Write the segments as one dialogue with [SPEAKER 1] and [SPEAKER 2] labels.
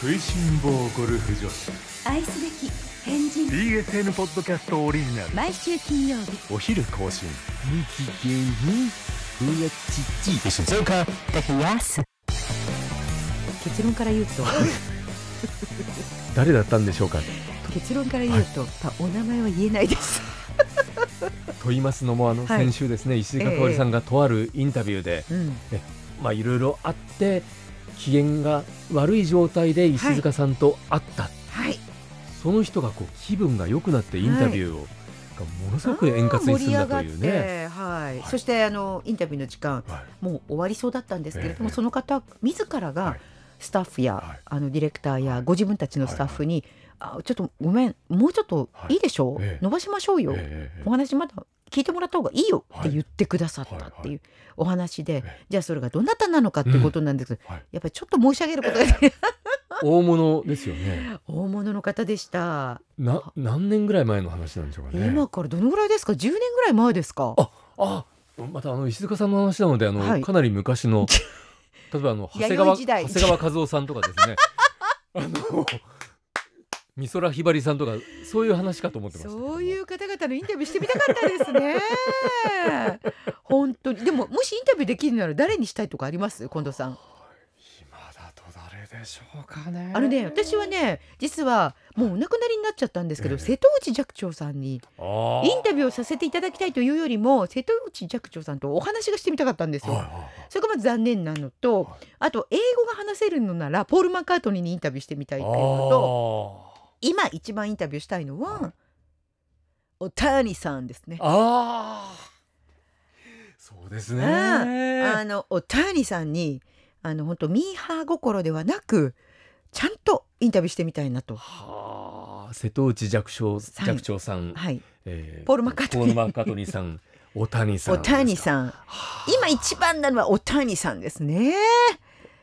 [SPEAKER 1] 食いしん坊ゴルフ女子
[SPEAKER 2] 愛すべき変人
[SPEAKER 3] BSN ポッドキャストオリジナル
[SPEAKER 2] 毎週金曜日
[SPEAKER 1] お昼更新
[SPEAKER 4] 日芸にうやちち静岡
[SPEAKER 2] 冷やす結論から言うと
[SPEAKER 1] 誰だったんでしょうか
[SPEAKER 2] 結論から言うと、まあお名前は言えないです
[SPEAKER 1] と言いますのもあの
[SPEAKER 2] はい
[SPEAKER 1] 先週ですね、石井か香織さんがとあるインタビューで、
[SPEAKER 2] うん
[SPEAKER 1] まあいろいろあって機嫌が悪い状態で石塚さんと会った、
[SPEAKER 2] はい
[SPEAKER 1] その人がこう気分が良くなってインタビューを、がものすごく円滑に進ん
[SPEAKER 2] 盛り上
[SPEAKER 1] だ
[SPEAKER 2] が
[SPEAKER 1] と
[SPEAKER 2] っ
[SPEAKER 1] いうね。
[SPEAKER 2] て、はい
[SPEAKER 1] はい
[SPEAKER 2] そしてあのインタビューの時間
[SPEAKER 1] はい
[SPEAKER 2] もう終わりそうだったんですけれども、
[SPEAKER 1] ええ
[SPEAKER 2] その方自ら
[SPEAKER 1] は
[SPEAKER 2] が
[SPEAKER 1] い
[SPEAKER 2] スタッフや、
[SPEAKER 1] はい
[SPEAKER 2] あのディレクターやご自分たちのスタッフに、あちょっとごめんもうちょっといいでしょ
[SPEAKER 1] は
[SPEAKER 2] う、
[SPEAKER 1] いええ
[SPEAKER 2] 伸ばしましょうよ、
[SPEAKER 1] ええ
[SPEAKER 2] お話まだ聞いてもらった方がいいよっ
[SPEAKER 1] は
[SPEAKER 2] て
[SPEAKER 1] い
[SPEAKER 2] 言ってくださったって
[SPEAKER 1] はい
[SPEAKER 2] い
[SPEAKER 1] は
[SPEAKER 2] うお話で、
[SPEAKER 1] ええ
[SPEAKER 2] じゃあそれがどなたなのかってことなんですけど、
[SPEAKER 1] うんはい
[SPEAKER 2] やっぱりちょっと申し上げることが、ね、
[SPEAKER 1] 大物ですよね。
[SPEAKER 2] 大物の方でした、
[SPEAKER 1] な何年ぐらい前の話なんでしょうかね。
[SPEAKER 2] 今からどのぐらいですか10年ぐらい前ですか
[SPEAKER 1] ああまたあの石塚さんの話なのであの、
[SPEAKER 2] はい
[SPEAKER 1] かなり昔 の例えばあの長谷
[SPEAKER 2] 弥
[SPEAKER 1] 川
[SPEAKER 2] 生時代
[SPEAKER 1] 長谷川和夫さんとかです ねあの美空ひばりさんとかそういう話かと思ってましたけども
[SPEAKER 2] そういう方々のインタビューしてみたかったですね本当にでももしインタビューできるなら誰にしたいとかあります近藤さん
[SPEAKER 1] 今だと誰でしょうかね
[SPEAKER 2] あのね私はね実はもうお亡くなりになっちゃったんですけど、
[SPEAKER 1] ええ
[SPEAKER 2] 瀬戸内寂聴さんに
[SPEAKER 1] あー
[SPEAKER 2] インタビューをさせていただきたいというよりも瀬戸内寂聴さんとお話がしてみたかったんですよ、
[SPEAKER 1] はいはいはい
[SPEAKER 2] それがまず残念なのと、
[SPEAKER 1] はい
[SPEAKER 2] あと英語が話せるのならポール・マッカートニーにインタビューしてみたいっていうのと
[SPEAKER 1] あ
[SPEAKER 2] 今一番インタビューしたいのは、
[SPEAKER 1] は
[SPEAKER 2] おたにさんですね
[SPEAKER 1] ー。あーそうですね
[SPEAKER 2] あのおたにさんにあの本当ミーハー心ではなくちゃんとインタビューしてみたいなと。
[SPEAKER 1] はあ瀬戸内寂聴寂聴さん、
[SPEAKER 2] はい、
[SPEAKER 1] え
[SPEAKER 2] ポールマッカートニー
[SPEAKER 1] ポルマッカートニーさ んお谷さん
[SPEAKER 2] お
[SPEAKER 1] ですか
[SPEAKER 2] たにさん
[SPEAKER 1] はあ
[SPEAKER 2] 今一番なのはおたにさんですね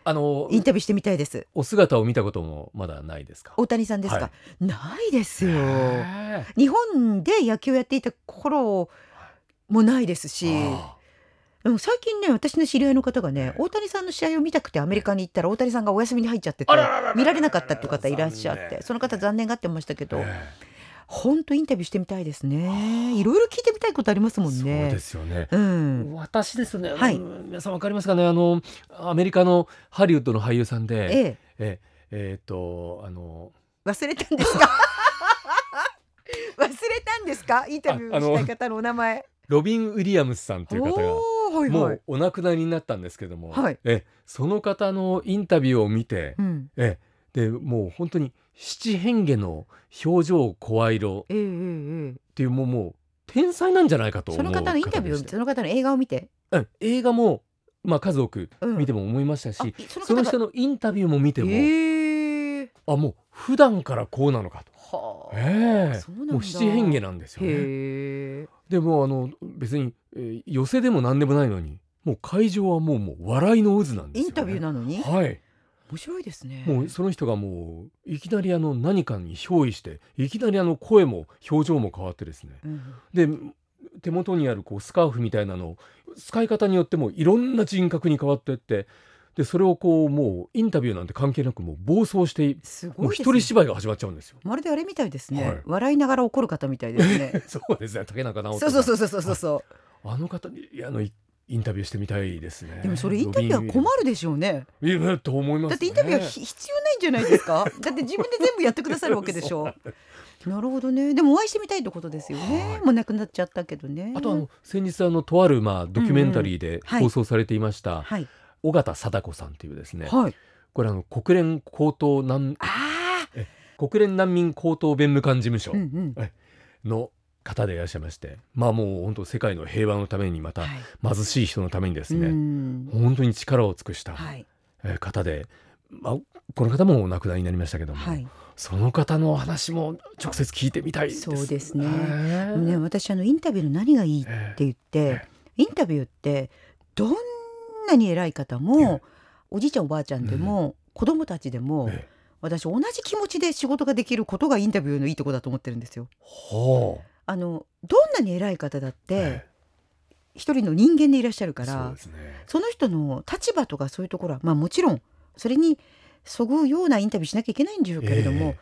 [SPEAKER 1] あの
[SPEAKER 2] インタビューしてみたいです
[SPEAKER 1] お姿を見たこともまだないですか。
[SPEAKER 2] 大谷さんですか、
[SPEAKER 1] は
[SPEAKER 2] ないですよ
[SPEAKER 1] へえ
[SPEAKER 2] 日本で野球やっていた頃もないですし
[SPEAKER 1] あ
[SPEAKER 2] でも最近ね私の知り合いの方がね
[SPEAKER 1] ええ
[SPEAKER 2] 大谷さんの試合を見たくてアメリカに行ったら大谷さんがお休みに入っちゃってて
[SPEAKER 1] あらららら
[SPEAKER 2] 見られなかったっていう方いらっしゃっ
[SPEAKER 1] 残
[SPEAKER 2] て
[SPEAKER 1] 念
[SPEAKER 2] その方残念がってましたけ
[SPEAKER 1] あ
[SPEAKER 2] ど
[SPEAKER 1] え
[SPEAKER 2] 本当インタビューしてみたいですね
[SPEAKER 1] あ
[SPEAKER 2] いろいろ聞いてみたいことあります
[SPEAKER 1] え
[SPEAKER 2] もん
[SPEAKER 1] そう
[SPEAKER 2] ね
[SPEAKER 1] ですよね。
[SPEAKER 2] うん
[SPEAKER 1] 私ですね、
[SPEAKER 2] はい
[SPEAKER 1] うん皆さんわかりますかね、あのアメリカのハリウッドの俳優さん
[SPEAKER 2] え
[SPEAKER 1] で、
[SPEAKER 2] え
[SPEAKER 1] ええっとあの
[SPEAKER 2] 忘れたんですか忘れたんですかインタビューしたい方のお名前
[SPEAKER 1] ロビン・ウィリアムスさんという方が
[SPEAKER 2] おーはい
[SPEAKER 1] も
[SPEAKER 2] はいう
[SPEAKER 1] お亡くなりになったんですけども、
[SPEAKER 2] はい
[SPEAKER 1] えその方のインタビューを見て、
[SPEAKER 2] うん
[SPEAKER 1] えでもう本当に七変化の表情声色
[SPEAKER 2] ええええ
[SPEAKER 1] っていうもうもう天才なんじゃないかと
[SPEAKER 2] ええ
[SPEAKER 1] 思
[SPEAKER 2] そうの方のインタビュ
[SPEAKER 1] でし
[SPEAKER 2] ー
[SPEAKER 1] た
[SPEAKER 2] をその方の映画を見て、
[SPEAKER 1] うん、映画も、まあ、数多く
[SPEAKER 2] うん、
[SPEAKER 1] 見て
[SPEAKER 2] も
[SPEAKER 1] も思いましたし、
[SPEAKER 2] あいその
[SPEAKER 1] そ
[SPEAKER 2] 方
[SPEAKER 1] の
[SPEAKER 2] が
[SPEAKER 1] 人のインタビューも見ても、
[SPEAKER 2] ええ
[SPEAKER 1] あもう普段からこうなのかと、
[SPEAKER 2] はあ、
[SPEAKER 1] ええ
[SPEAKER 2] そうなんだ
[SPEAKER 1] もう七変化なんですよね。
[SPEAKER 2] へえ
[SPEAKER 1] でもうあの別に、えー寄せでも何でもないのにもう会場はもうもう笑いの渦なんですよ、ね。
[SPEAKER 2] インタビューなのに
[SPEAKER 1] はい、
[SPEAKER 2] 面白いですね
[SPEAKER 1] もうその人がもういきなりあの何かに憑依していきなりあの声も表情も変わってですね
[SPEAKER 2] うん
[SPEAKER 1] で手元にあるこうスカーフみたいなの使い方によってもいろんな人格に変わってってでそれをこうもうインタビューなんて関係なくもう暴走して
[SPEAKER 2] すご
[SPEAKER 1] もう
[SPEAKER 2] いです
[SPEAKER 1] 一
[SPEAKER 2] ね
[SPEAKER 1] 人芝居が始まっちゃうんですよ。
[SPEAKER 2] まるであれみたいですね、
[SPEAKER 1] はい
[SPEAKER 2] 笑いながら怒る方みたいです ね
[SPEAKER 1] そうですね竹中直人
[SPEAKER 2] そ
[SPEAKER 1] さ
[SPEAKER 2] うんそうそうそうそうそうそ
[SPEAKER 1] あの方にあのいインタビューしてみたいですね。
[SPEAKER 2] うでもそれインタビューは困るでしょうね
[SPEAKER 1] る。いやと思います、ね。
[SPEAKER 2] だってインタビューはひ必要ないんじゃないです かだって自分で全部やってくださるわけでしょなるほどねでもお会いしてみたいってことですよ
[SPEAKER 1] は
[SPEAKER 2] ね
[SPEAKER 1] い
[SPEAKER 2] もうなくなっちゃったけどね
[SPEAKER 1] あとあの先日あのとあるまあドキュメンタリーで
[SPEAKER 2] はい
[SPEAKER 1] 放送されていました
[SPEAKER 2] はい
[SPEAKER 1] 尾形貞子さんというですね、
[SPEAKER 2] はい
[SPEAKER 1] これあの国連高等難
[SPEAKER 2] あ
[SPEAKER 1] 国連難民高等弁務官事務所
[SPEAKER 2] あうんうん
[SPEAKER 1] の方でいらっしゃいまして、まあもう本当世界の平和のためにまた
[SPEAKER 2] はい
[SPEAKER 1] 貧しい人のためにです
[SPEAKER 2] う
[SPEAKER 1] ね、
[SPEAKER 2] ん
[SPEAKER 1] 本当に力を尽くした
[SPEAKER 2] はい
[SPEAKER 1] えー方で、まあこの方もお亡くなりになりましたけども、
[SPEAKER 2] はい
[SPEAKER 1] その方のお話も直接聞いてみたいです。
[SPEAKER 2] そうですね
[SPEAKER 1] へ
[SPEAKER 2] で
[SPEAKER 1] ー
[SPEAKER 2] もね私あのインタビューの何がいいって
[SPEAKER 1] え
[SPEAKER 2] 言っ
[SPEAKER 1] え
[SPEAKER 2] てインタビューってどんなに偉い方
[SPEAKER 1] え
[SPEAKER 2] もおじいちゃんおばあちゃんでも子供たちで
[SPEAKER 1] ー
[SPEAKER 2] も
[SPEAKER 1] え
[SPEAKER 2] 私同じ気持ちで仕事ができることがインタビューのいいとこだと思ってるんですよ
[SPEAKER 1] ーほう
[SPEAKER 2] あのどんなに偉い方だって、
[SPEAKER 1] え
[SPEAKER 2] 一人の人間でいらっしゃるか
[SPEAKER 1] ーそう
[SPEAKER 2] ら
[SPEAKER 1] ですね。
[SPEAKER 2] その人の立場とかそういうところはまあもちろんそれにそぐうようなインタビューしなきゃいけないんでしょうけれども、
[SPEAKER 1] え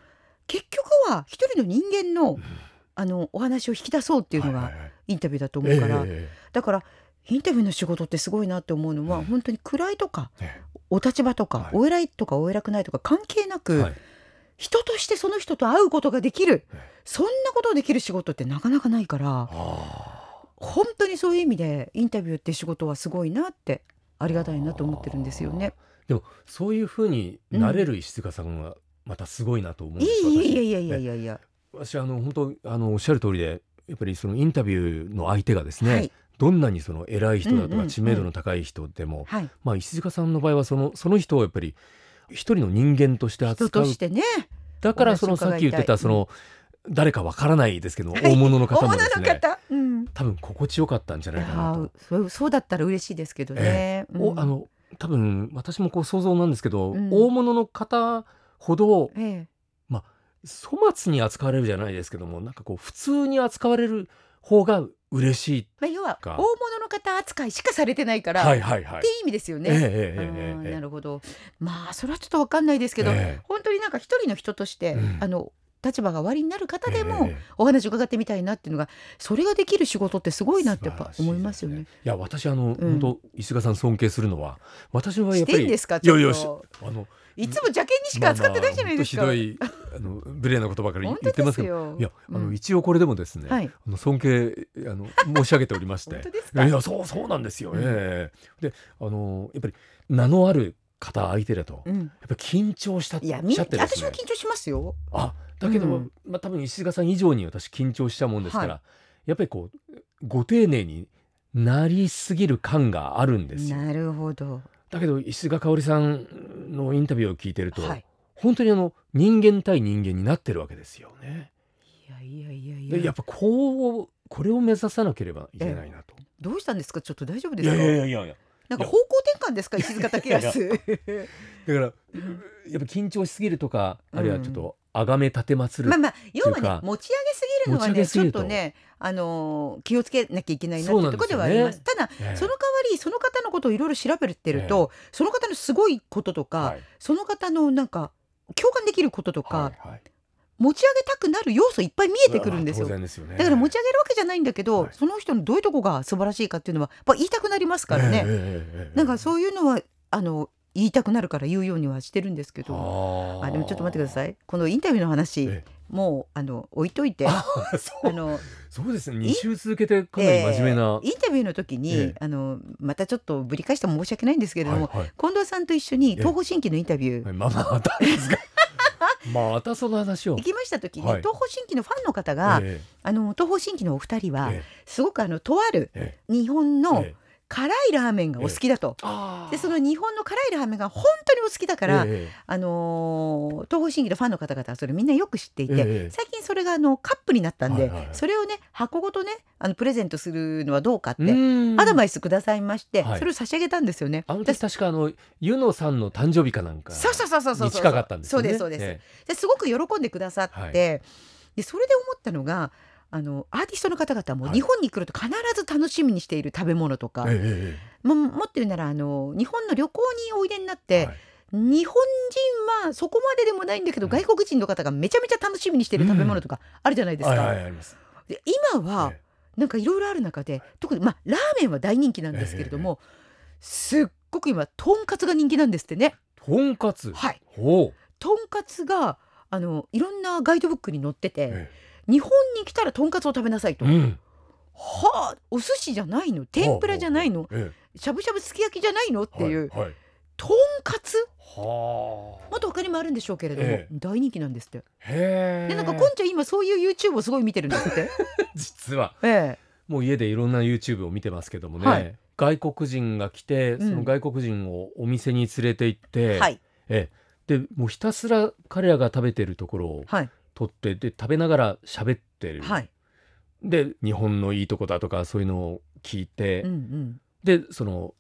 [SPEAKER 2] 結局は一人の人間のあのお話を引き出そうって
[SPEAKER 1] え
[SPEAKER 2] いうの
[SPEAKER 1] は
[SPEAKER 2] が
[SPEAKER 1] いはいはい
[SPEAKER 2] インタビューだと思うから、
[SPEAKER 1] え
[SPEAKER 2] だからインタビューの仕事ってすごいなって思うのは、本当に位とか
[SPEAKER 1] ええ
[SPEAKER 2] お立場とか、
[SPEAKER 1] はい
[SPEAKER 2] お偉いとかお偉くないとか関係な
[SPEAKER 1] え
[SPEAKER 2] く、
[SPEAKER 1] はい
[SPEAKER 2] 人としてその人と会うことができる、
[SPEAKER 1] ええ
[SPEAKER 2] そんなことをできる仕事ってなかなかないから
[SPEAKER 1] あ
[SPEAKER 2] 本当にそういう意味でインタビューって仕事はすごいなってありがたいなと思ってるんですよね。
[SPEAKER 1] ーでもそういうふうになれる石塚さんはまたすごいなと思うん
[SPEAKER 2] い
[SPEAKER 1] です
[SPEAKER 2] い
[SPEAKER 1] 私
[SPEAKER 2] いいいいやいやいやいや、
[SPEAKER 1] 私あの本当あのおっしゃる通りでやっぱりそのインタビューの相手がですね、
[SPEAKER 2] はい
[SPEAKER 1] どんなにその偉い人だと
[SPEAKER 2] うんうんう
[SPEAKER 1] か
[SPEAKER 2] ん
[SPEAKER 1] 知名度の高い人でも、
[SPEAKER 2] はい、
[SPEAKER 1] まあ石塚さんの場合はそのその人をやっぱり一人の人間として
[SPEAKER 2] 人
[SPEAKER 1] 扱
[SPEAKER 2] と
[SPEAKER 1] う
[SPEAKER 2] してね
[SPEAKER 1] だからその
[SPEAKER 2] お話を
[SPEAKER 1] さっ
[SPEAKER 2] 伺いたい
[SPEAKER 1] き言ってたその誰かわからないですけど
[SPEAKER 2] はい
[SPEAKER 1] 大物の
[SPEAKER 2] 大
[SPEAKER 1] 方も
[SPEAKER 2] 物の
[SPEAKER 1] ですね
[SPEAKER 2] 方、うん、
[SPEAKER 1] 多分心地よかったんじゃないかな
[SPEAKER 2] あ
[SPEAKER 1] と
[SPEAKER 2] あ。そうそうだったら嬉しいですけどね。
[SPEAKER 1] お
[SPEAKER 2] うん
[SPEAKER 1] あの多分私もこう想像なんですけど、
[SPEAKER 2] うん
[SPEAKER 1] 大物の方ほど
[SPEAKER 2] ええ、
[SPEAKER 1] 粗末に扱われるじゃないですけどもなんかこう普通に扱われる方が嬉しい。
[SPEAKER 2] まあ要は大
[SPEAKER 1] か
[SPEAKER 2] 物の方扱いしかされてないから、
[SPEAKER 1] は
[SPEAKER 2] っ
[SPEAKER 1] いはいはい
[SPEAKER 2] て。いう意味ですよ
[SPEAKER 1] えええ
[SPEAKER 2] ね。
[SPEAKER 1] え
[SPEAKER 2] あ
[SPEAKER 1] え
[SPEAKER 2] ー
[SPEAKER 1] ええ
[SPEAKER 2] な
[SPEAKER 1] え
[SPEAKER 2] るほど。まあそれはちょっとわかんないですけど、
[SPEAKER 1] ええ
[SPEAKER 2] 本当になんか一人の人として、
[SPEAKER 1] うん
[SPEAKER 2] あの立場が終わりになる方で
[SPEAKER 1] え
[SPEAKER 2] も
[SPEAKER 1] え
[SPEAKER 2] お話伺ってみたいなっていうのがそれができる仕事ってすごいなってやっぱ思いますよね。
[SPEAKER 1] いや私あの、
[SPEAKER 2] うん
[SPEAKER 1] 本当石川さん尊敬するのは私はや
[SPEAKER 2] し
[SPEAKER 1] っぱ
[SPEAKER 2] て
[SPEAKER 1] り
[SPEAKER 2] んですか
[SPEAKER 1] い
[SPEAKER 2] ち
[SPEAKER 1] や
[SPEAKER 2] ょ
[SPEAKER 1] いや
[SPEAKER 2] っ
[SPEAKER 1] し
[SPEAKER 2] と
[SPEAKER 1] あの
[SPEAKER 2] いつも邪険にしか扱ってないじゃないですか。
[SPEAKER 1] まあまあ本当ひどいあの無礼なことばかり
[SPEAKER 2] 本
[SPEAKER 1] 言って
[SPEAKER 2] 当
[SPEAKER 1] ま
[SPEAKER 2] ですす
[SPEAKER 1] けど
[SPEAKER 2] よ。
[SPEAKER 1] いやあの、
[SPEAKER 2] うん
[SPEAKER 1] 一応これでもですね、
[SPEAKER 2] はい。
[SPEAKER 1] あの尊敬あの申し上げておりまして
[SPEAKER 2] 本当です
[SPEAKER 1] い
[SPEAKER 2] か。
[SPEAKER 1] やそうそうなんですよ、
[SPEAKER 2] うん
[SPEAKER 1] ええであのやっぱり名のある方相手だと、やっ
[SPEAKER 2] うん。
[SPEAKER 1] ぱり緊張したっ
[SPEAKER 2] いや、みん
[SPEAKER 1] しち
[SPEAKER 2] な
[SPEAKER 1] ゃってです
[SPEAKER 2] 私は
[SPEAKER 1] ね
[SPEAKER 2] 緊張しますよ。
[SPEAKER 1] あだけど、
[SPEAKER 2] うん
[SPEAKER 1] まあ、多分石塚さん以上に私緊張したもんですから、
[SPEAKER 2] は
[SPEAKER 1] やっぱりこうご丁寧になりすぎる感があるんですよ
[SPEAKER 2] なるほど。
[SPEAKER 1] だけど石塚香織さんのインタビューを聞いてると、
[SPEAKER 2] はい。
[SPEAKER 1] 本当にあの人間対人間になってるわけですよね。
[SPEAKER 2] いやいやいやいや。
[SPEAKER 1] でやっぱこうこれを目指さなければいけないなと。
[SPEAKER 2] どうしたんですか。ちょっと大丈夫で
[SPEAKER 1] い
[SPEAKER 2] す
[SPEAKER 1] や
[SPEAKER 2] か。
[SPEAKER 1] いやいやいやいや。
[SPEAKER 2] なんか方向転換ですか。石塚武康。
[SPEAKER 1] だからやっぱ緊張しすぎるとかあるいはちょっと崇め立てまつる。
[SPEAKER 2] まあまあ要は
[SPEAKER 1] という
[SPEAKER 2] ね
[SPEAKER 1] か
[SPEAKER 2] 持ち上げすぎるのは
[SPEAKER 1] 持ち上
[SPEAKER 2] ね
[SPEAKER 1] げすぎ
[SPEAKER 2] ちょっ
[SPEAKER 1] ると
[SPEAKER 2] とねあのー気をつけなきゃいけないなっ
[SPEAKER 1] そう
[SPEAKER 2] て
[SPEAKER 1] なん
[SPEAKER 2] ところではあ
[SPEAKER 1] です
[SPEAKER 2] り
[SPEAKER 1] よね
[SPEAKER 2] ます。ただ
[SPEAKER 1] ええ
[SPEAKER 2] その代わりその方のことをいろいろ調べてると、その方のすごいこととか、
[SPEAKER 1] はい
[SPEAKER 2] その方のなんか共感できることとか、
[SPEAKER 1] はいはい
[SPEAKER 2] 持ち上げたくなる要素いっぱい見えてくるんですよ。
[SPEAKER 1] まあ当
[SPEAKER 2] だ
[SPEAKER 1] 然ですよね。
[SPEAKER 2] から持ち上げるわけじゃないんだけど、
[SPEAKER 1] はい
[SPEAKER 2] その人のどういうとこが素晴らしいかっていうのはやっぱ言いたくなりますからね。
[SPEAKER 1] ね
[SPEAKER 2] なんか
[SPEAKER 1] う
[SPEAKER 2] そういうのはあの言いたくなるから言うようにはしてるんですけど。
[SPEAKER 1] あ
[SPEAKER 2] あでもちょっと待ってくだ
[SPEAKER 1] い。
[SPEAKER 2] さい。このインタビューの話、
[SPEAKER 1] ええ
[SPEAKER 2] もうあの置いといて、 あ
[SPEAKER 1] そう
[SPEAKER 2] の
[SPEAKER 1] そうですね。二週続けてかなり真面目な
[SPEAKER 2] えー。インタビューの時に、
[SPEAKER 1] ええ
[SPEAKER 2] あのまたちょっとぶり返しても申し訳ないんですけれども、
[SPEAKER 1] はいはい
[SPEAKER 2] 近藤さんと一緒に東方神起のインタビュー、
[SPEAKER 1] はいまあまあまたです か。またその話を
[SPEAKER 2] 行。きました時に、
[SPEAKER 1] はい
[SPEAKER 2] 東方神起のファンの方が、
[SPEAKER 1] え
[SPEAKER 2] あの東方神起のお二人は、
[SPEAKER 1] ええ
[SPEAKER 2] すごくあのとある
[SPEAKER 1] ええ
[SPEAKER 2] 日本
[SPEAKER 1] え
[SPEAKER 2] の
[SPEAKER 1] ええ
[SPEAKER 2] 辛いラーメンがお好きだと、
[SPEAKER 1] あー
[SPEAKER 2] でその日本の辛いラーメンが本当にお好きだから、
[SPEAKER 1] ええ
[SPEAKER 2] あのー東方神起のファンの方々はそれみんなよく知っていて、
[SPEAKER 1] ええ
[SPEAKER 2] 最近それがあのカップになったんで、
[SPEAKER 1] はいはいはい
[SPEAKER 2] それをね箱ごとねあのプレゼントするのはどうかって、
[SPEAKER 1] うん
[SPEAKER 2] アドバイスくださいまして、
[SPEAKER 1] はい
[SPEAKER 2] それを差し上げたんですよね。
[SPEAKER 1] あの時確かあのユノさんの誕生日かなんか
[SPEAKER 2] そうそうそうそうそう
[SPEAKER 1] に近かったんですよね。
[SPEAKER 2] そうですそうです、
[SPEAKER 1] え
[SPEAKER 2] ですごく喜んでくださって、
[SPEAKER 1] はい
[SPEAKER 2] でそれで思ったのがあのアーティストの方々も
[SPEAKER 1] はい
[SPEAKER 2] 日本に来ると必ず楽しみにしている食べ物とか、
[SPEAKER 1] えええ
[SPEAKER 2] ももっと言うならあの日本の旅行においでになっ
[SPEAKER 1] え
[SPEAKER 2] て、
[SPEAKER 1] はい
[SPEAKER 2] 日本人はそこまででもないんだけど、
[SPEAKER 1] うん
[SPEAKER 2] 外国人の方がめちゃめちゃ楽しみにしている食べ物とかあるじゃないですか。
[SPEAKER 1] はいはいあります。
[SPEAKER 2] で今は
[SPEAKER 1] え
[SPEAKER 2] なんかいろいろある中で特にまあラーメンは大人気なんですけれども、すっごく今とんかつが人気なんですってね。
[SPEAKER 1] えとんかつ。
[SPEAKER 2] はい、
[SPEAKER 1] ほう。
[SPEAKER 2] とんかつがあのいろんなガイドブックに載ってて、
[SPEAKER 1] え
[SPEAKER 2] 日本に来たらとんかつを食べなさいと、
[SPEAKER 1] うん。
[SPEAKER 2] はあお寿司じゃないの天ぷらじゃないの
[SPEAKER 1] え
[SPEAKER 2] しゃぶしゃぶすき焼きじゃないのっ
[SPEAKER 1] え
[SPEAKER 2] ていう、
[SPEAKER 1] はい。はい
[SPEAKER 2] とんかつ
[SPEAKER 1] はあ
[SPEAKER 2] もっと他にもあるんでしょうけれども、
[SPEAKER 1] ええ
[SPEAKER 2] 大人気なんですって。
[SPEAKER 1] へえ。
[SPEAKER 2] でなんかこんちゃん今そういう YouTube をすごい見てるんです って。
[SPEAKER 1] 実は
[SPEAKER 2] え
[SPEAKER 1] もう家でいろんな YouTube を見てますけどもね。
[SPEAKER 2] はい
[SPEAKER 1] 外国人が来て、その外国人をお店に連れて行っ
[SPEAKER 2] え
[SPEAKER 1] て、
[SPEAKER 2] はい
[SPEAKER 1] ええでもうひたすら彼らが食べてるところを
[SPEAKER 2] はい
[SPEAKER 1] 撮ってで食べながら喋ってる。
[SPEAKER 2] はい。
[SPEAKER 1] で日本のいいとこだとかそういうのを聞いて、
[SPEAKER 2] うんうん
[SPEAKER 1] でその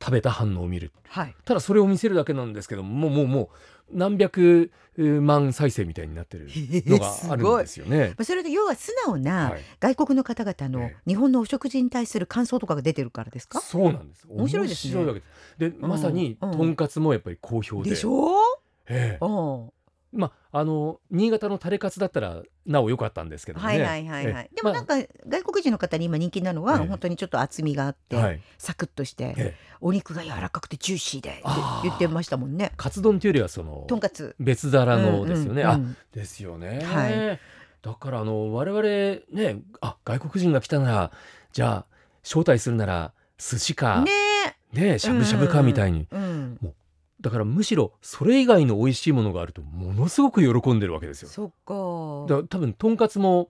[SPEAKER 1] 食べた反応を見る
[SPEAKER 2] はい。
[SPEAKER 1] ただそれを見せるだけなんですけどもうもうもう何百万再生みたいになってるのがあるんですよね。
[SPEAKER 2] それで要は素直な
[SPEAKER 1] はい、
[SPEAKER 2] 外国の方々の
[SPEAKER 1] え
[SPEAKER 2] 日本のお食事に対する感想とかが出てるからですか。
[SPEAKER 1] そうなんです
[SPEAKER 2] 面白いですね
[SPEAKER 1] 面白わけですでまさに
[SPEAKER 2] うん
[SPEAKER 1] とんかつもやっぱり好評で
[SPEAKER 2] でしょう。
[SPEAKER 1] ええ
[SPEAKER 2] うん
[SPEAKER 1] まああの新潟のタレカツだったらなお良かったんですけどね。
[SPEAKER 2] はいはいはいはい、
[SPEAKER 1] ええ
[SPEAKER 2] でもなんか外国人の方に今人気なのは
[SPEAKER 1] ええ
[SPEAKER 2] 本当にちょっと厚みがあって、
[SPEAKER 1] はい
[SPEAKER 2] サクッとして、
[SPEAKER 1] ええ
[SPEAKER 2] お肉が柔らかくてジューシーでって
[SPEAKER 1] あー
[SPEAKER 2] 言ってましたもんね
[SPEAKER 1] カツ丼というよりはその
[SPEAKER 2] とんかつ
[SPEAKER 1] 別皿のですよね。
[SPEAKER 2] うんうん
[SPEAKER 1] あ
[SPEAKER 2] うん
[SPEAKER 1] ですよね。
[SPEAKER 2] は
[SPEAKER 1] だからあの我々ねあ外国人が来たならじゃあ招待するなら寿司か
[SPEAKER 2] ね
[SPEAKER 1] ねしゃぶしゃぶかみたいに、
[SPEAKER 2] え、うん、
[SPEAKER 1] だからむしろそれ以外の美味しいものがあるとものすごく喜んでるわけですよ。
[SPEAKER 2] そっか
[SPEAKER 1] だから多分とんかつも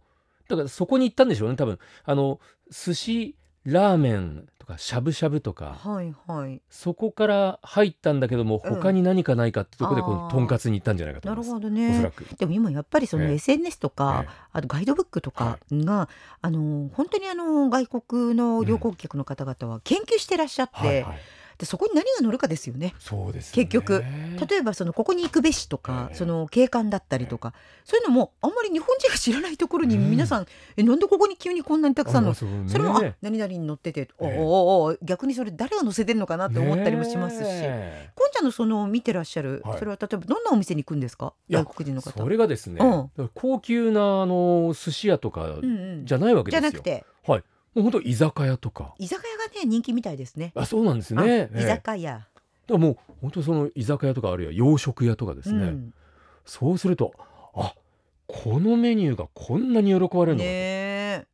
[SPEAKER 1] だからそこに行ったんでしょうね多分あの寿司ラーメンとかしゃぶしゃぶとか
[SPEAKER 2] はいはい
[SPEAKER 1] そこから入ったんだけども
[SPEAKER 2] うん
[SPEAKER 1] 他に何かないかってとこで
[SPEAKER 2] あー
[SPEAKER 1] このとんかつに行ったんじゃないかと
[SPEAKER 2] な
[SPEAKER 1] 思い
[SPEAKER 2] る
[SPEAKER 1] ます。
[SPEAKER 2] ほど
[SPEAKER 1] おそら
[SPEAKER 2] ね
[SPEAKER 1] く。
[SPEAKER 2] でも今やっぱりその
[SPEAKER 1] ええ
[SPEAKER 2] SNS とか、
[SPEAKER 1] ええ
[SPEAKER 2] あとガイドブックとかが、あの本当にあの外国の旅行客の方々は研究してらっしゃって、
[SPEAKER 1] はいはい、
[SPEAKER 2] でそこに何が載るかですよね。
[SPEAKER 1] そうです、
[SPEAKER 2] 結局例えばそのここに行くべしとか、
[SPEAKER 1] ええ
[SPEAKER 2] その景観だったりとか、そういうのもあんまり日本人が知らないところに皆さん、えなんでここに急にこんなにたくさんの
[SPEAKER 1] そ
[SPEAKER 2] それも、あ何々に乗ってて、おーおーおー逆にそれ誰が乗せてるのかなって思ったりもしますし、
[SPEAKER 1] ね
[SPEAKER 2] こんちゃんのその見てらっしゃる、
[SPEAKER 1] はい
[SPEAKER 2] それは例えばどんなお店に行くんですか
[SPEAKER 1] いや
[SPEAKER 2] 外国人の方
[SPEAKER 1] それがですね、
[SPEAKER 2] うん
[SPEAKER 1] だから高級なあの寿司屋とか
[SPEAKER 2] うんうん、
[SPEAKER 1] じゃないわけ
[SPEAKER 2] じ
[SPEAKER 1] で
[SPEAKER 2] ゃ
[SPEAKER 1] すよ、
[SPEAKER 2] なくて
[SPEAKER 1] もう本当居酒屋とか
[SPEAKER 2] 居酒屋がね人気みたいですね
[SPEAKER 1] あそうなんですね、え
[SPEAKER 2] あ
[SPEAKER 1] え
[SPEAKER 2] 居
[SPEAKER 1] だか
[SPEAKER 2] 酒屋、
[SPEAKER 1] らもう本当その居酒屋とかあるいは洋食屋とかです
[SPEAKER 2] う
[SPEAKER 1] ね、
[SPEAKER 2] ん
[SPEAKER 1] そうするとあこのメニューがこんなに喜ばれるのか
[SPEAKER 2] ねえ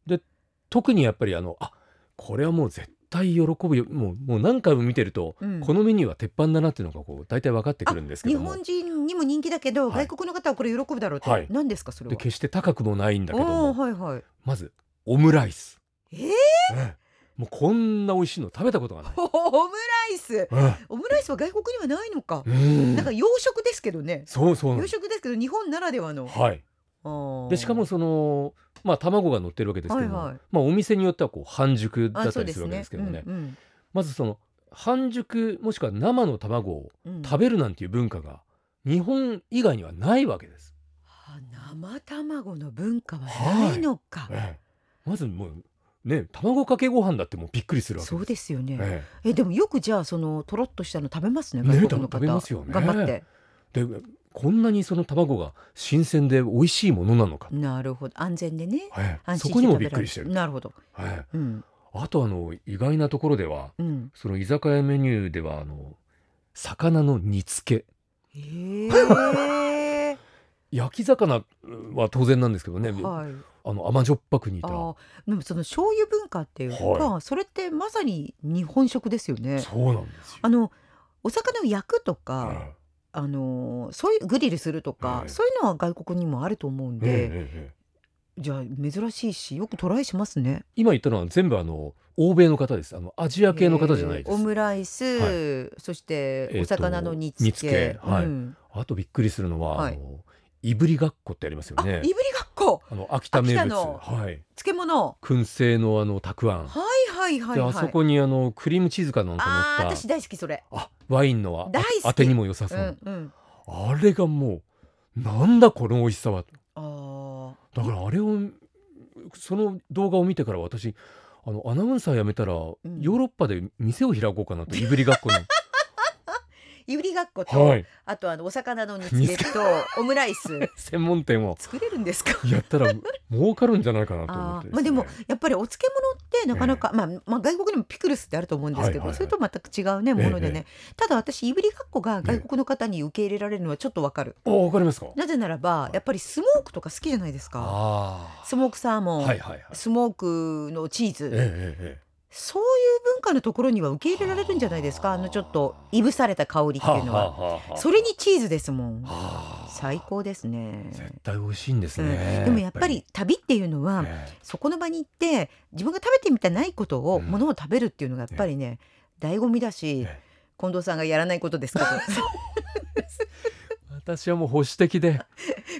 [SPEAKER 1] 特にやっぱりあのあこれはもう絶対喜ぶよもうもう何回も見てると、
[SPEAKER 2] うん
[SPEAKER 1] このメニューは鉄板だなっていうのがこう大体分かってくるんですけ
[SPEAKER 2] 日
[SPEAKER 1] ども
[SPEAKER 2] 本人にも人気だけど、
[SPEAKER 1] はい
[SPEAKER 2] 外国の方はこれ喜ぶだろうって、
[SPEAKER 1] はい
[SPEAKER 2] 何ですかそれ
[SPEAKER 1] で
[SPEAKER 2] は
[SPEAKER 1] 決して高くもないんだけど
[SPEAKER 2] おー
[SPEAKER 1] も
[SPEAKER 2] はいはい
[SPEAKER 1] まずオムライス、
[SPEAKER 2] え
[SPEAKER 1] ええもうこんな美味しいの食べたことがない
[SPEAKER 2] ー、オムライス
[SPEAKER 1] え
[SPEAKER 2] オムライスは外国にはないのか
[SPEAKER 1] え、うん
[SPEAKER 2] なんか洋食ですけどね
[SPEAKER 1] そうそうなん
[SPEAKER 2] 洋
[SPEAKER 1] です
[SPEAKER 2] 食ですけど日本ならではの、
[SPEAKER 1] はい
[SPEAKER 2] あー
[SPEAKER 1] でしかもそのまあ卵が乗ってるわけですけども、
[SPEAKER 2] はいはい
[SPEAKER 1] まあ、お店によってはこう半熟だ
[SPEAKER 2] あ
[SPEAKER 1] った
[SPEAKER 2] そう
[SPEAKER 1] りするわけですけどもね
[SPEAKER 2] うんうん
[SPEAKER 1] まずその半熟もしくは生の卵を
[SPEAKER 2] うん
[SPEAKER 1] 食べるなんていう文化が日本以外にはないわけです。
[SPEAKER 2] あ生卵の文化はないのか、
[SPEAKER 1] ええまずもうね卵かけご飯だってもうびっくりするわけ
[SPEAKER 2] そ
[SPEAKER 1] で
[SPEAKER 2] う
[SPEAKER 1] す。
[SPEAKER 2] ですよね、
[SPEAKER 1] え
[SPEAKER 2] えでもよくじゃあそのとろっとしたの食べますね
[SPEAKER 1] ね
[SPEAKER 2] 外国の方、
[SPEAKER 1] 食べますよね
[SPEAKER 2] 頑張って
[SPEAKER 1] えでこんなにその卵が新鮮で美味しいものなのか、
[SPEAKER 2] なるほど安全でね
[SPEAKER 1] ええ
[SPEAKER 2] 安
[SPEAKER 1] そ
[SPEAKER 2] 心
[SPEAKER 1] こにもびっ
[SPEAKER 2] 食べられ
[SPEAKER 1] くりしてる。
[SPEAKER 2] なるほど
[SPEAKER 1] ええ
[SPEAKER 2] うん
[SPEAKER 1] あとあの意外なところで は
[SPEAKER 2] うん
[SPEAKER 1] その居酒屋メニューではあの魚の煮付け
[SPEAKER 2] えー、
[SPEAKER 1] 焼き魚は当然なんですけどね、
[SPEAKER 2] はい
[SPEAKER 1] あの甘じょっぱく煮た
[SPEAKER 2] あーでもその醤油文化っていうか、
[SPEAKER 1] は
[SPEAKER 2] それってまさに日本食ですよね。
[SPEAKER 1] そうなんですよ。
[SPEAKER 2] あのお魚を焼くとか、
[SPEAKER 1] はい
[SPEAKER 2] あのーそういうグリルするとか、
[SPEAKER 1] はい
[SPEAKER 2] そういうのは外国にもあると思うん
[SPEAKER 1] えええ
[SPEAKER 2] で、
[SPEAKER 1] えええ
[SPEAKER 2] じゃあ珍しいしよくトライしますね。
[SPEAKER 1] 今言ったのは全部あの欧米の方ですあのアジア系の方じゃないです、
[SPEAKER 2] えーオムライス、そして
[SPEAKER 1] えーと
[SPEAKER 2] お魚の煮付け,、
[SPEAKER 1] 煮付けはい
[SPEAKER 2] うん
[SPEAKER 1] あとびっくりするのは、
[SPEAKER 2] はい
[SPEAKER 1] あのいぶりがっこってありますよ
[SPEAKER 2] あ、
[SPEAKER 1] ね
[SPEAKER 2] いぶりがっこ
[SPEAKER 1] あの秋田名
[SPEAKER 2] 秋田
[SPEAKER 1] 物
[SPEAKER 2] の
[SPEAKER 1] はい
[SPEAKER 2] 漬物。
[SPEAKER 1] 燻製のあのたくあん、
[SPEAKER 2] はいはいはい
[SPEAKER 1] で
[SPEAKER 2] はい。
[SPEAKER 1] あそこにあのクリームチーズかなんか
[SPEAKER 2] あー
[SPEAKER 1] 乗った
[SPEAKER 2] 私大好きそれ。
[SPEAKER 1] あワインのあ
[SPEAKER 2] 大好き
[SPEAKER 1] あ当てにも良さ
[SPEAKER 2] う
[SPEAKER 1] そう、
[SPEAKER 2] んうん。
[SPEAKER 1] あれがもうなんだこの美味しさは
[SPEAKER 2] あー
[SPEAKER 1] だからあれをその動画を見てから私あのアナウンサー辞めたら、ヨ
[SPEAKER 2] ん
[SPEAKER 1] ーロッパで店を開こうかなといぶりがっこ の
[SPEAKER 2] いぶりがっこと、
[SPEAKER 1] はい
[SPEAKER 2] あとあのお魚の煮付けとオムラ イス
[SPEAKER 1] 専門店を
[SPEAKER 2] 作れるんですか。
[SPEAKER 1] やったら儲かるんじゃないかなと思っ
[SPEAKER 2] あ
[SPEAKER 1] てす
[SPEAKER 2] ー
[SPEAKER 1] ね、
[SPEAKER 2] まあでもやっぱりお漬物ってなかなか、まあ、まあ外国にもピクルスってあると思うんですけど、
[SPEAKER 1] はいはいはい
[SPEAKER 2] それと全く違うねものでね、ただ私いぶりがっこが外国の方に受け入れられるのはちょっとわかる、
[SPEAKER 1] あわかりますか
[SPEAKER 2] なぜならばやっぱりスモークとか好きじゃないですか
[SPEAKER 1] あ
[SPEAKER 2] スモークサー
[SPEAKER 1] あ
[SPEAKER 2] モン、
[SPEAKER 1] はいはいはい
[SPEAKER 2] スモークのチーズ、
[SPEAKER 1] えええ
[SPEAKER 2] そういう文化のところには受け入れられるんじゃないですかあのちょっといぶされた香り
[SPEAKER 1] え
[SPEAKER 2] っていうの
[SPEAKER 1] は
[SPEAKER 2] は
[SPEAKER 1] あはあはあ
[SPEAKER 2] それにチーズですもん
[SPEAKER 1] はあ
[SPEAKER 2] 最高ですね
[SPEAKER 1] 絶対美味しいんですね、
[SPEAKER 2] うんでもやっぱり旅っていうのは、
[SPEAKER 1] ええ
[SPEAKER 2] そこの場に行って自分が食べてみたないことを、
[SPEAKER 1] うん
[SPEAKER 2] ものを食べるっていうのがやっぱりね、醍醐味だし、
[SPEAKER 1] え
[SPEAKER 2] 近藤さんがやらないことです けど
[SPEAKER 1] 私はもう保守的で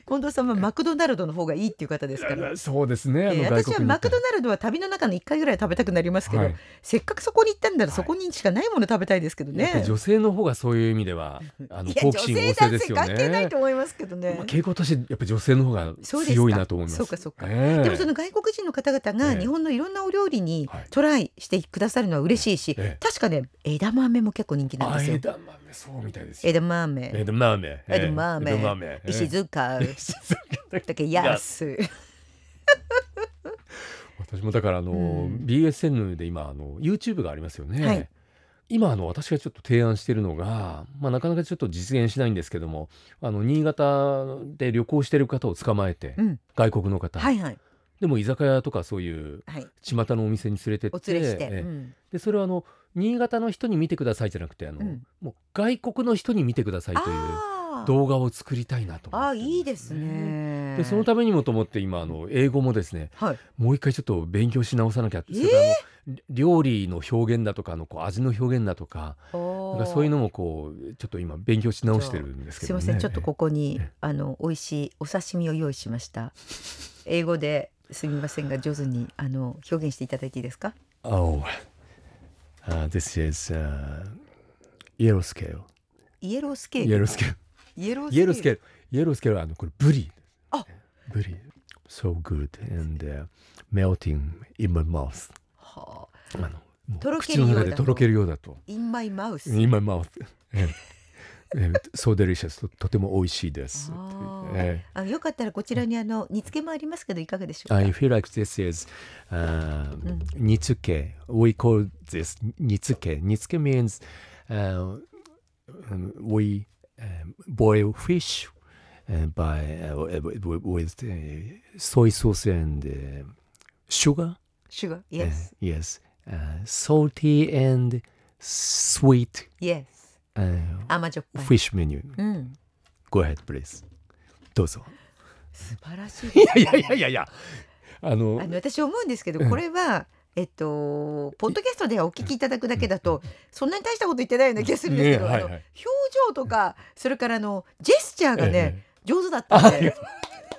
[SPEAKER 2] 近藤さんはマクドナルドの方がいいっていう方ですから。
[SPEAKER 1] そうですねあ
[SPEAKER 2] え
[SPEAKER 1] の
[SPEAKER 2] ー
[SPEAKER 1] 外
[SPEAKER 2] 私は
[SPEAKER 1] 国に行
[SPEAKER 2] マ
[SPEAKER 1] った
[SPEAKER 2] クドナルドは旅の中の1回ぐらい食べたくなりますけど、
[SPEAKER 1] はい
[SPEAKER 2] せっかくそこに行ったんなら
[SPEAKER 1] はい
[SPEAKER 2] そこにしかないもの食べたいですけど
[SPEAKER 1] やっぱ
[SPEAKER 2] ね
[SPEAKER 1] り。女性の方がそういう意味ではあの
[SPEAKER 2] いや
[SPEAKER 1] 好奇心旺盛ですよね
[SPEAKER 2] 女性男性関係ないと思いますけどね。
[SPEAKER 1] まあ傾向としてやっぱ女性の方が
[SPEAKER 2] そうですか
[SPEAKER 1] 強いなと思います
[SPEAKER 2] そうかそうか
[SPEAKER 1] ええ
[SPEAKER 2] でもその外国人の方々
[SPEAKER 1] え
[SPEAKER 2] が
[SPEAKER 1] え
[SPEAKER 2] 日本のいろんなお料理に
[SPEAKER 1] はい
[SPEAKER 2] トライしてくださるのは嬉しいし、
[SPEAKER 1] ええ
[SPEAKER 2] 確かね枝豆も結構人気なん
[SPEAKER 1] あ
[SPEAKER 2] ですよ。
[SPEAKER 1] 枝豆豆そうみたいですよ
[SPEAKER 2] 枝豆
[SPEAKER 1] 枝豆ええ
[SPEAKER 2] 枝豆
[SPEAKER 1] 枝豆ええ
[SPEAKER 2] 石塚竹安
[SPEAKER 1] 私もだからあの、
[SPEAKER 2] うん
[SPEAKER 1] BSN で今あの YouTube がありますよね、
[SPEAKER 2] はい
[SPEAKER 1] 今あの私がちょっと提案してるのが、まあ、なかなかちょっと実現しないんですけどもあの新潟で旅行してる方を捕まえて、
[SPEAKER 2] うん
[SPEAKER 1] 外国の方、
[SPEAKER 2] はいはい
[SPEAKER 1] でも居酒屋とかそういう
[SPEAKER 2] はい
[SPEAKER 1] 巷のお店に連れてって
[SPEAKER 2] お連れして、
[SPEAKER 1] ええ
[SPEAKER 2] うん
[SPEAKER 1] でそれはあの新潟の人に見てくださいじゃなくてあの、
[SPEAKER 2] うん
[SPEAKER 1] もう外国の人に見てくださいという
[SPEAKER 2] あー
[SPEAKER 1] 動画を作りたいなと思
[SPEAKER 2] あ
[SPEAKER 1] っ
[SPEAKER 2] ー
[SPEAKER 1] てるん
[SPEAKER 2] いいですね
[SPEAKER 1] でそのためにもと思って今あの英語もですね
[SPEAKER 2] はい
[SPEAKER 1] もう一回ちょっと勉強し直さなきゃって、それからあのり料理の表現だとかあのこう味の表現だとかなんかそういう
[SPEAKER 2] の
[SPEAKER 1] のもこうちょっと今勉強し直してるんですけ
[SPEAKER 2] すい
[SPEAKER 1] ど、ね、
[SPEAKER 2] ませんちょっとここに
[SPEAKER 1] ええ
[SPEAKER 2] あの美味しいお刺身を用意しました英語ですみませんが上手にあの表現していただいていいですか
[SPEAKER 1] Oh, uh, this is uh, yellow scale.
[SPEAKER 2] イエロースケー
[SPEAKER 1] Yellow
[SPEAKER 2] ル
[SPEAKER 1] scale.
[SPEAKER 2] イエロースケー
[SPEAKER 1] Yellow scale.
[SPEAKER 2] ル
[SPEAKER 1] Yellow scale はあのこれブリ。
[SPEAKER 2] あ、
[SPEAKER 1] ブリ。So good and、uh, melting in my mouth.
[SPEAKER 2] はあ
[SPEAKER 1] あのも
[SPEAKER 2] と
[SPEAKER 1] う
[SPEAKER 2] ろけ
[SPEAKER 1] 口
[SPEAKER 2] るよ
[SPEAKER 1] の
[SPEAKER 2] うだと
[SPEAKER 1] 中でとろけるようだと。
[SPEAKER 2] In my mouth
[SPEAKER 1] In my mouth. ええええ so delicious ととても美味しいです。
[SPEAKER 2] あー
[SPEAKER 1] え
[SPEAKER 2] あのよかったらこちらにあの煮付けもありますけどいかがでしょう
[SPEAKER 1] え
[SPEAKER 2] か。
[SPEAKER 1] I feel like this is、uh,
[SPEAKER 2] ん
[SPEAKER 1] 煮付け。We call this 煮付け。煮付け means、uh, um, we、um, boil fish uh, by uh, with uh, soy sauce and uh, sugar.
[SPEAKER 2] シュガー、
[SPEAKER 1] Uh,
[SPEAKER 2] yes,
[SPEAKER 1] yes. Uh, salty and sweet
[SPEAKER 2] yes,
[SPEAKER 1] uh,
[SPEAKER 2] 甘じょっぱい。
[SPEAKER 1] fish menu.
[SPEAKER 2] うん、
[SPEAKER 1] Go ahead, please. どうぞ。
[SPEAKER 2] 素晴らしい。
[SPEAKER 1] いやいやいやいやいや。あの
[SPEAKER 2] あの私思うんですけどこれは。えっと、ポッドキャストではお聞きいただくだけだとそんなに大したこと言ってないような気がするんですけど、
[SPEAKER 1] ねはいはい
[SPEAKER 2] あの表情とかそれからあのジェスチャーが
[SPEAKER 1] え
[SPEAKER 2] ね
[SPEAKER 1] え、
[SPEAKER 2] 上手だった
[SPEAKER 1] あ
[SPEAKER 2] ん
[SPEAKER 1] ありが
[SPEAKER 2] で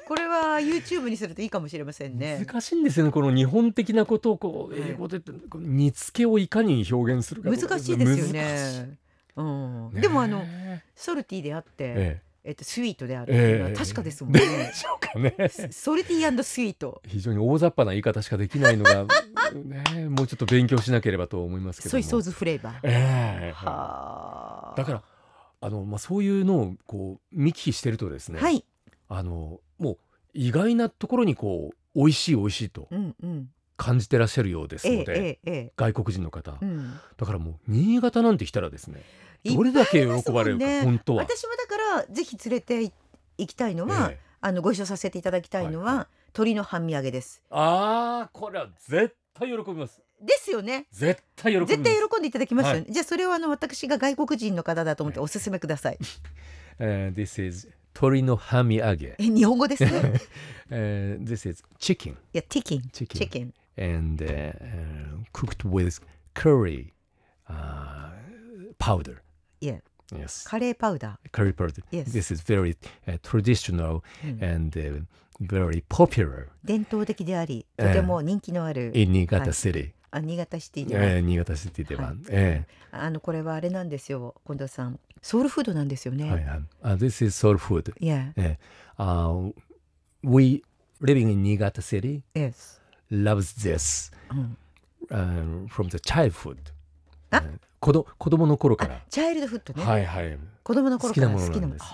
[SPEAKER 2] これは YouTube にするといいかもしれませんね。
[SPEAKER 1] 難しいんですよね。この日本的なことをこう
[SPEAKER 2] はい
[SPEAKER 1] 英語でこう煮付けをいかに表現するかとか。
[SPEAKER 2] 難しいですよ
[SPEAKER 1] 難しい。
[SPEAKER 2] ね。うん、
[SPEAKER 1] ね
[SPEAKER 2] でもあの
[SPEAKER 1] え
[SPEAKER 2] ソルティであって、
[SPEAKER 1] え
[SPEAKER 2] えっと、スイートであるっていうのは
[SPEAKER 1] ええ
[SPEAKER 2] 確かですもんね。
[SPEAKER 1] でしょうかね。
[SPEAKER 2] ソルティースイート。
[SPEAKER 1] 非常に大雑把な言い方しかできないのがね、もうちょっと勉強しなければと思いますけど
[SPEAKER 2] ソ
[SPEAKER 1] も。
[SPEAKER 2] イソーズフレーバー。
[SPEAKER 1] ええ
[SPEAKER 2] はあ。
[SPEAKER 1] だからあのまあそういうのをこう見聞きしてるとですね。
[SPEAKER 2] はい。
[SPEAKER 1] あのもう意外なところにこう美味しい美味しいと
[SPEAKER 2] うんうん。
[SPEAKER 1] 感じてらっしゃるようです
[SPEAKER 2] え
[SPEAKER 1] の
[SPEAKER 2] え
[SPEAKER 1] で。
[SPEAKER 2] えええ
[SPEAKER 1] 外国人の方、
[SPEAKER 2] え。うん。
[SPEAKER 1] だからもう新潟なんて来たらですね
[SPEAKER 2] いっ
[SPEAKER 1] どれだけ喜ばれ
[SPEAKER 2] ぱいあ
[SPEAKER 1] る
[SPEAKER 2] ります
[SPEAKER 1] か、
[SPEAKER 2] もんね
[SPEAKER 1] 本当は、
[SPEAKER 2] 私もだからぜひ連れてい行きたいのは、
[SPEAKER 1] ええ
[SPEAKER 2] あのご一緒させていただきたいのは、
[SPEAKER 1] はい
[SPEAKER 2] 鶏の半身揚げです。
[SPEAKER 1] ああこれは絶対喜びます
[SPEAKER 2] ですよね。
[SPEAKER 1] 絶対喜びます
[SPEAKER 2] 絶対喜んでいただきますよね。
[SPEAKER 1] は
[SPEAKER 2] じゃあそれをあの私が外国人の方だと思っておすすめください。
[SPEAKER 1] えー This is 鳥のハミ揚げ、
[SPEAKER 2] え日本語ですね。
[SPEAKER 1] えー This is chicken
[SPEAKER 2] いや、ティキン、
[SPEAKER 1] Chicken
[SPEAKER 2] チキン、
[SPEAKER 1] and、uh, cooked with curry、uh, powder
[SPEAKER 2] Yeah.
[SPEAKER 1] yes
[SPEAKER 2] カレーパウダ
[SPEAKER 1] curry powder
[SPEAKER 2] Yes.
[SPEAKER 1] this is very、uh, traditional
[SPEAKER 2] ー、うん
[SPEAKER 1] and、uh, very popular
[SPEAKER 2] 伝統的であり、とても人気のある、
[SPEAKER 1] in 新潟
[SPEAKER 2] はい
[SPEAKER 1] city、
[SPEAKER 2] あ新潟シティでは、
[SPEAKER 1] えー、新潟シティでは、
[SPEAKER 2] はい
[SPEAKER 1] え
[SPEAKER 2] あのこれはあれなんですよ近藤さんソウルフードなんですよ
[SPEAKER 1] え
[SPEAKER 2] ね、
[SPEAKER 1] はいはい。あ This is soul food.
[SPEAKER 2] い、Yeah
[SPEAKER 1] ええ、uh, we living in Niigata city
[SPEAKER 2] Yes、
[SPEAKER 1] loves this、
[SPEAKER 2] うん、
[SPEAKER 1] uh, from the childhood.
[SPEAKER 2] あ
[SPEAKER 1] ええ子ど子供の頃から。
[SPEAKER 2] チャイルドフッドね、
[SPEAKER 1] はいはい。
[SPEAKER 2] 子供の
[SPEAKER 1] 好
[SPEAKER 2] 頃
[SPEAKER 1] き
[SPEAKER 2] か
[SPEAKER 1] な
[SPEAKER 2] ら
[SPEAKER 1] もの
[SPEAKER 2] 好き
[SPEAKER 1] な
[SPEAKER 2] なんも
[SPEAKER 1] です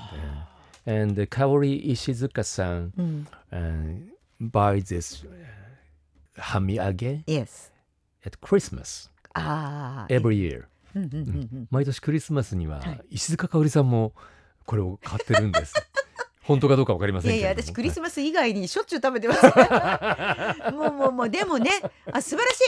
[SPEAKER 2] の、
[SPEAKER 1] ね。And 香織石塚さん、
[SPEAKER 2] うん、
[SPEAKER 1] uh, buy this はみ揚げ
[SPEAKER 2] Yes
[SPEAKER 1] at Christmas
[SPEAKER 2] ああ
[SPEAKER 1] every year.
[SPEAKER 2] うんうんうんうん
[SPEAKER 1] 毎年クリスマスには
[SPEAKER 2] はい
[SPEAKER 1] 石塚香織さんもこれを買ってるん です。本当かどうかわかりま
[SPEAKER 2] い
[SPEAKER 1] せん
[SPEAKER 2] や
[SPEAKER 1] け
[SPEAKER 2] い
[SPEAKER 1] れど
[SPEAKER 2] や
[SPEAKER 1] も。
[SPEAKER 2] 私クリ
[SPEAKER 1] マ
[SPEAKER 2] スマス以外にしょっちゅう食 べてますもうもうもうでもねあ素晴らし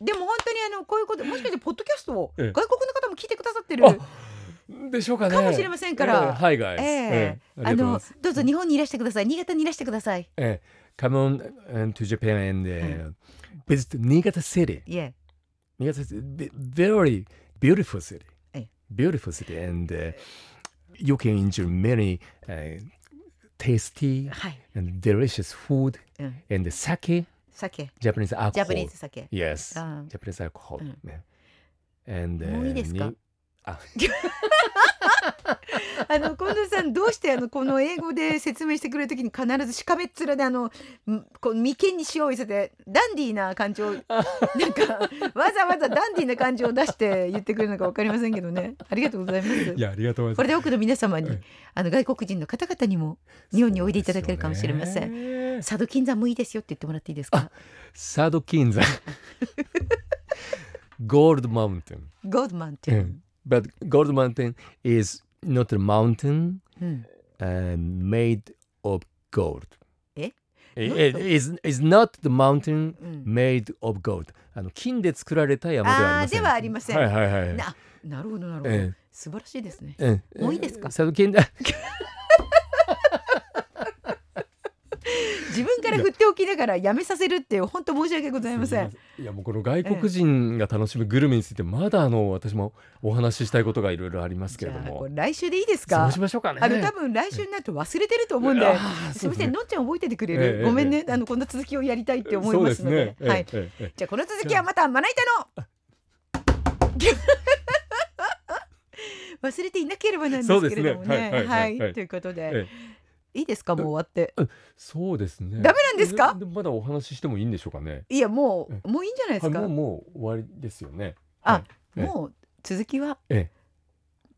[SPEAKER 2] いでも本当にあのこういうこともしかしてポッドキャストを
[SPEAKER 1] え
[SPEAKER 2] 外
[SPEAKER 1] え
[SPEAKER 2] 国の方も聞いてくださってる
[SPEAKER 1] スでしょうかね。
[SPEAKER 2] かもしれませんから
[SPEAKER 1] ええはいがい。あ
[SPEAKER 2] ええあ
[SPEAKER 1] りがとうございま
[SPEAKER 2] の
[SPEAKER 1] す。
[SPEAKER 2] どうぞ日本にいらしてください新潟にいらしてください
[SPEAKER 1] ええ Come on and to Japan and、uh, visit Niigata City.
[SPEAKER 2] Yeah
[SPEAKER 1] Niigata City is very beautiful city.
[SPEAKER 2] ええ
[SPEAKER 1] Beautiful city and、uh, you can enjoy many、uh, tasty
[SPEAKER 2] はい、
[SPEAKER 1] and delicious food
[SPEAKER 2] うん、
[SPEAKER 1] and sake,
[SPEAKER 2] 酒
[SPEAKER 1] Japanese alcohol.
[SPEAKER 2] ジャパニーズ酒
[SPEAKER 1] Yes.
[SPEAKER 2] あー Mm.
[SPEAKER 1] Japanese alcohol.
[SPEAKER 2] うん
[SPEAKER 1] ね And uh,
[SPEAKER 2] もういいですか
[SPEAKER 1] にあ
[SPEAKER 2] あの近藤さんどうしてあのこの英語で説明してくれるときに必ずしかめっ面であのんこう眉間に塩を見せてダンディーな感じをなんかわざわざダンディーな感じを出して言ってくれるのかわかりませんけどねありがとうございます
[SPEAKER 1] い。やありがとうご
[SPEAKER 2] こ
[SPEAKER 1] ざい
[SPEAKER 2] れで多くの皆様に
[SPEAKER 1] はい
[SPEAKER 2] あの外国人の方々にも
[SPEAKER 1] ます
[SPEAKER 2] 日本においでいただけるかもしれません。
[SPEAKER 1] ん
[SPEAKER 2] 佐渡金山もいいですよって言ってもらっていいですか。
[SPEAKER 1] サードキ ンザゴールドマウンテン
[SPEAKER 2] ゴードマンっていう
[SPEAKER 1] Mm. But Gold Mountain is not a mountain
[SPEAKER 2] うん、
[SPEAKER 1] uh, made of gold.
[SPEAKER 2] Eh?
[SPEAKER 1] It-
[SPEAKER 2] Not
[SPEAKER 1] it
[SPEAKER 2] the-
[SPEAKER 1] is is not the mountain
[SPEAKER 2] うん。
[SPEAKER 1] made of gold. あの金で作られた山ではありません。
[SPEAKER 2] あーではありません
[SPEAKER 1] はいはいはい。
[SPEAKER 2] な、なるほどなるほど、
[SPEAKER 1] え
[SPEAKER 2] 素晴らしいですね。
[SPEAKER 1] えええ
[SPEAKER 2] もういいですか
[SPEAKER 1] 佐渡金だ。
[SPEAKER 2] 自分から振っておきながらやめさせるっていう本当申し訳ございません。
[SPEAKER 1] いやもうこの外国人が楽しむグルメについてまだあの私もお話ししたいことがいろいろありますけ
[SPEAKER 2] じ
[SPEAKER 1] れど
[SPEAKER 2] ゃあ
[SPEAKER 1] も
[SPEAKER 2] こ。れ来週でいいです
[SPEAKER 1] そう
[SPEAKER 2] か
[SPEAKER 1] し。ましょうかね。
[SPEAKER 2] あの多分来週になると忘れてると思うんで
[SPEAKER 1] あ。ー
[SPEAKER 2] すみません、
[SPEAKER 1] そう
[SPEAKER 2] のんちゃん覚えててくれ
[SPEAKER 1] え
[SPEAKER 2] る。
[SPEAKER 1] え
[SPEAKER 2] ごめん
[SPEAKER 1] え
[SPEAKER 2] ね、あのこんな続きをやりたいって思いますので。
[SPEAKER 1] そうね
[SPEAKER 2] はい。
[SPEAKER 1] ええええええ
[SPEAKER 2] じゃあこの続きはまたまな板 の。忘れていなければなんですけれども
[SPEAKER 1] そうですねは
[SPEAKER 2] ね。
[SPEAKER 1] い
[SPEAKER 2] は
[SPEAKER 1] はいはい
[SPEAKER 2] い、
[SPEAKER 1] はい
[SPEAKER 2] ということ
[SPEAKER 1] え
[SPEAKER 2] で。いいですか、もう終わって。
[SPEAKER 1] そうですね。
[SPEAKER 2] ダメなんですか
[SPEAKER 1] でもまだお話ししてもいいんでしょうかね。
[SPEAKER 2] いや、も
[SPEAKER 1] え
[SPEAKER 2] う、もういいんじゃないで
[SPEAKER 1] は
[SPEAKER 2] す
[SPEAKER 1] い、も
[SPEAKER 2] か
[SPEAKER 1] う。もう終わりですよね。
[SPEAKER 2] あ
[SPEAKER 1] ええ
[SPEAKER 2] もう続きは
[SPEAKER 1] え。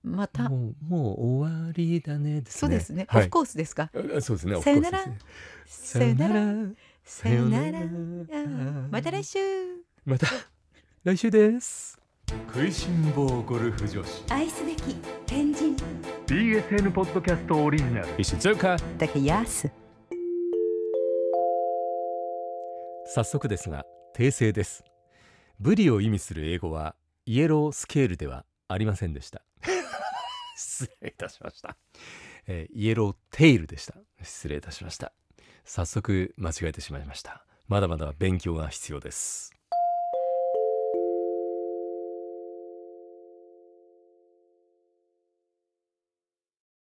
[SPEAKER 2] また。
[SPEAKER 1] もうもう終わりだねですね。
[SPEAKER 2] そうですね。オ
[SPEAKER 1] は
[SPEAKER 2] フ
[SPEAKER 1] い。
[SPEAKER 2] コースですか。
[SPEAKER 1] あそうですね。
[SPEAKER 2] さよなら
[SPEAKER 1] of course ですね
[SPEAKER 2] さよなら。
[SPEAKER 1] ら。
[SPEAKER 2] さよなら。あ
[SPEAKER 1] さよ
[SPEAKER 2] ーまた来週。
[SPEAKER 1] また来週です。
[SPEAKER 3] 食いしん坊ゴルフ女子
[SPEAKER 5] 愛すべき天神
[SPEAKER 3] BSN ポッドキャストオリジナル
[SPEAKER 1] 石塚。
[SPEAKER 2] 竹安。
[SPEAKER 1] 早速ですが訂正ですブリを意味する英語はイエロースケールではありませんでした失礼いたしました、えーイエローテイルでした失礼いたしました早速間違えてしまいましたまだまだ勉強が必要です